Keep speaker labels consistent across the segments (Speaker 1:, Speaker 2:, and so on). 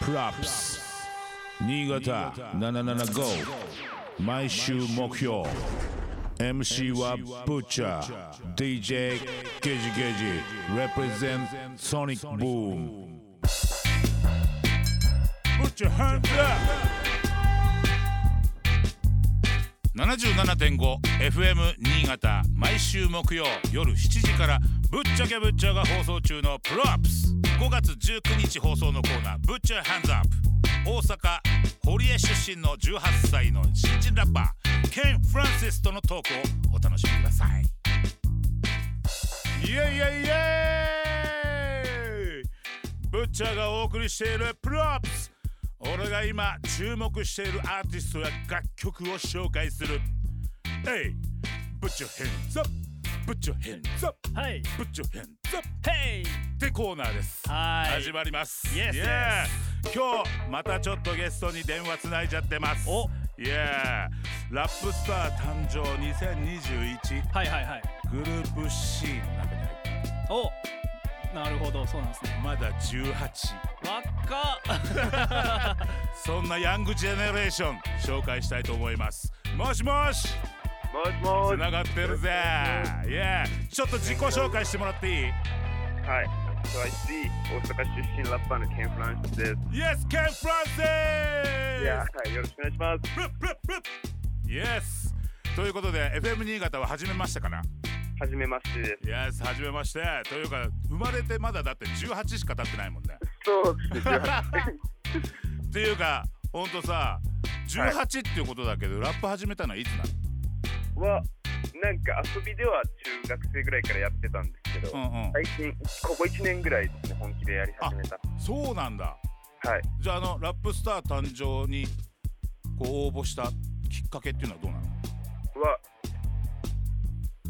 Speaker 1: プラップス新潟775毎週目標 MC はブッチャー DJ ゲジゲジ represent ソニックブーム Put your hands up!
Speaker 2: 77.5FM 新潟毎週木曜夜7時から「ぶっちゃけぶっちゃ」が放送中の「プロアップス」5月19日放送のコーナー「ぶっちゃハンズアップ」大阪堀江出身の18歳の新人ラッパーケン・フランシスとのトークをお楽しみくださいイエイエイエイブッチャーがお送りしているプロアップス俺が今注目しているアーティストや楽曲を紹介する Hey Put your hands up Put your hands up
Speaker 3: はい。
Speaker 2: Put your hands up
Speaker 3: ヘイ。
Speaker 2: ってコーナーです
Speaker 3: はい
Speaker 2: 始。まります、
Speaker 3: Yes,
Speaker 2: Yeah
Speaker 3: yes
Speaker 2: 今日またちょっとゲストに電話つないじゃってます
Speaker 3: お
Speaker 2: イエーラップスター誕生2021
Speaker 3: はいはいはい。
Speaker 2: グループ C の中に入ってる
Speaker 3: お。なるほど、そうなんですね。
Speaker 2: まだ18
Speaker 3: わっか。
Speaker 2: そんなヤングジェネレーション紹介したいと思いますもしもし
Speaker 4: もしも
Speaker 2: つ
Speaker 4: し。
Speaker 2: ながってるぜイエーちょっと自己紹介してもらっていい
Speaker 4: はい。私、大阪出身ラッパーのケン・フランシスです。
Speaker 2: Yes, Ken Francis!
Speaker 4: いや、はい、よろしくお願いします。
Speaker 2: Yes! ということで FM 新潟は初めましたかな
Speaker 4: はじめましてです。
Speaker 2: Yes 初めましてというか生まれてまだだって18しか経ってないもんね
Speaker 4: そうですね。
Speaker 2: っていうかほんとさ18っていうことだけど、ラップ始めたのはいつ
Speaker 4: は、なんか遊びでは中学生ぐらいからやってたんですけど、
Speaker 2: なのうんうん
Speaker 4: 最近、ここ1年ぐらいですね、本気でやり始めた。
Speaker 2: そうなんだ
Speaker 4: はい。
Speaker 2: じゃああのラップスター誕生にこう応募したきっかけっていうのはどうなの
Speaker 4: は、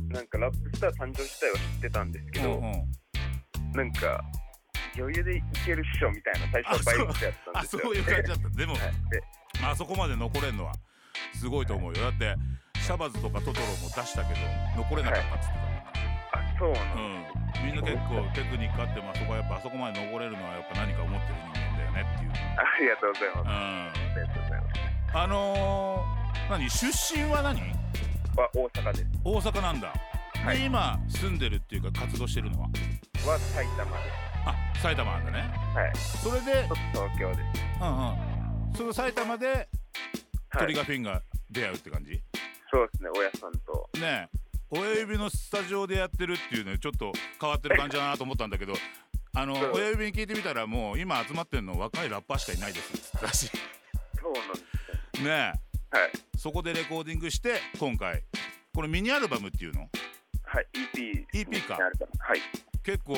Speaker 4: なんかラップスター誕生自体は知ってたんですけど、
Speaker 2: うんうん
Speaker 4: なんか、余裕でいけるっしょみたいな、最初はバイトやったん
Speaker 2: あ
Speaker 4: です
Speaker 2: そ
Speaker 4: よ。
Speaker 2: ういう感じだったでも
Speaker 4: はいで
Speaker 2: まああそこまで残れんのはすごいと思うよだってシャバズとかトトロも出したけど残れなかったっつって
Speaker 4: あ、そうな
Speaker 2: たも
Speaker 4: んで
Speaker 2: んね、うん、みんな結構テクニックあってもあそこはやっぱあそこまで残れるのはやっぱ何か思ってる人間だよねっていう
Speaker 4: す。ありがとうございます。あ
Speaker 2: う
Speaker 4: りがとうございます。
Speaker 2: んあのー、何出身は何
Speaker 4: は大阪です。
Speaker 2: 大阪なんだ、
Speaker 4: は
Speaker 2: で
Speaker 4: い
Speaker 2: 今住んでるっていうか活動してるのは
Speaker 4: は埼玉です。
Speaker 2: あ埼玉なんだね
Speaker 4: はい。
Speaker 2: それで
Speaker 4: 東京です。
Speaker 2: うんうんその埼玉で
Speaker 4: は
Speaker 2: ト
Speaker 4: い
Speaker 2: リ。ガーフィンが出会うって感じ、
Speaker 4: そうですね、親さんと。
Speaker 2: ねえ親指のスタジオでやってるっていうねちょっと変わってる感じだなと思ったんだけどあの
Speaker 4: そう
Speaker 2: 親指に聞いてみたらもう今集まってるの若いラッパーしかいないですらし
Speaker 4: そうなんですね。
Speaker 2: いねえ
Speaker 4: はい。
Speaker 2: そこでレコーディングして今回これミニアルバムっていうの
Speaker 4: はい、EP。
Speaker 2: EP か
Speaker 4: になるからはい。
Speaker 2: 結構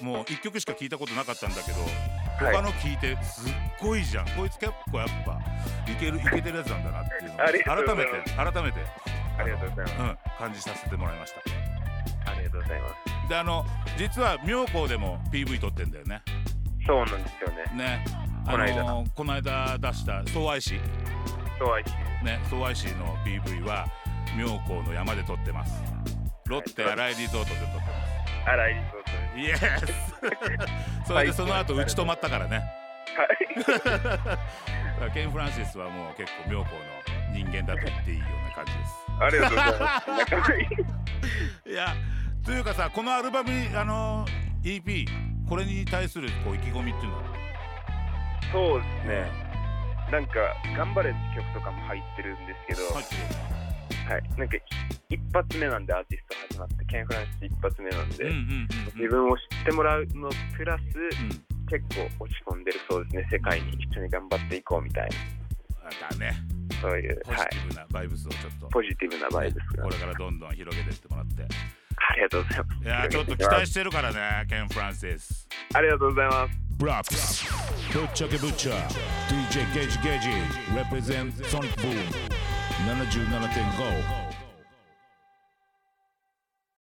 Speaker 2: もう1曲しか聞いたことなかったんだけど
Speaker 4: はい
Speaker 2: 他の聞いてすっごいじゃんこいつ結構やっぱいけるいけてるやつなんだなっていうのを
Speaker 4: ありがと
Speaker 2: 改
Speaker 4: うござ
Speaker 2: め
Speaker 4: い
Speaker 2: て
Speaker 4: ま
Speaker 2: 改めて、
Speaker 4: ありがとうございます。
Speaker 2: うん、感じさせてもらいました
Speaker 4: ありがとうございます。
Speaker 2: であの実は妙高でも PV 撮ってんだよね
Speaker 4: そうなんですよね。
Speaker 2: ね、あの
Speaker 4: この間
Speaker 2: ーこの間出した「総愛市
Speaker 4: そう、愛知。」
Speaker 2: ね「総愛市」の PV は妙高の山で撮ってますロッテ
Speaker 4: はい
Speaker 2: 新井リゾートで撮ってま
Speaker 4: 荒井理想と。
Speaker 2: すイエス それでその後打ち止まったからね
Speaker 4: はい。
Speaker 2: ケン・フランシスはもう結構妙高の人間だと言っていいような感じで
Speaker 4: ありがとうございます。仲がいい。
Speaker 2: すいやというかさこのアルバムにあのー EP これに対するこう意気込みっていうのは
Speaker 4: そうですね。なんか、頑張れって曲とかも入ってるんですけど、
Speaker 2: 入ってるよね
Speaker 4: はい。なんか、一発目なんで、アーティスト始まって、ケン・フランシス一発目なんで、
Speaker 2: うんうんうん
Speaker 4: 自分を知ってもらうのプラス、
Speaker 2: うんうん
Speaker 4: 結構落ち込んでるそうですね世界に一緒に頑張っていこうみたい
Speaker 2: だからね
Speaker 4: なそういう
Speaker 2: ポジ
Speaker 4: はい
Speaker 2: ティブなバイブスをちょっと
Speaker 4: ポジティブなバイブスが
Speaker 2: これからどんどん広げてってもらってい
Speaker 4: ありがとうございます
Speaker 2: やーちょっと期待してるからねケン・フランシス
Speaker 4: ありがとうございます
Speaker 1: ブラップスぶっちゃけぶっちゃ DJ ゲージゲージ represent ソニックブーム77.5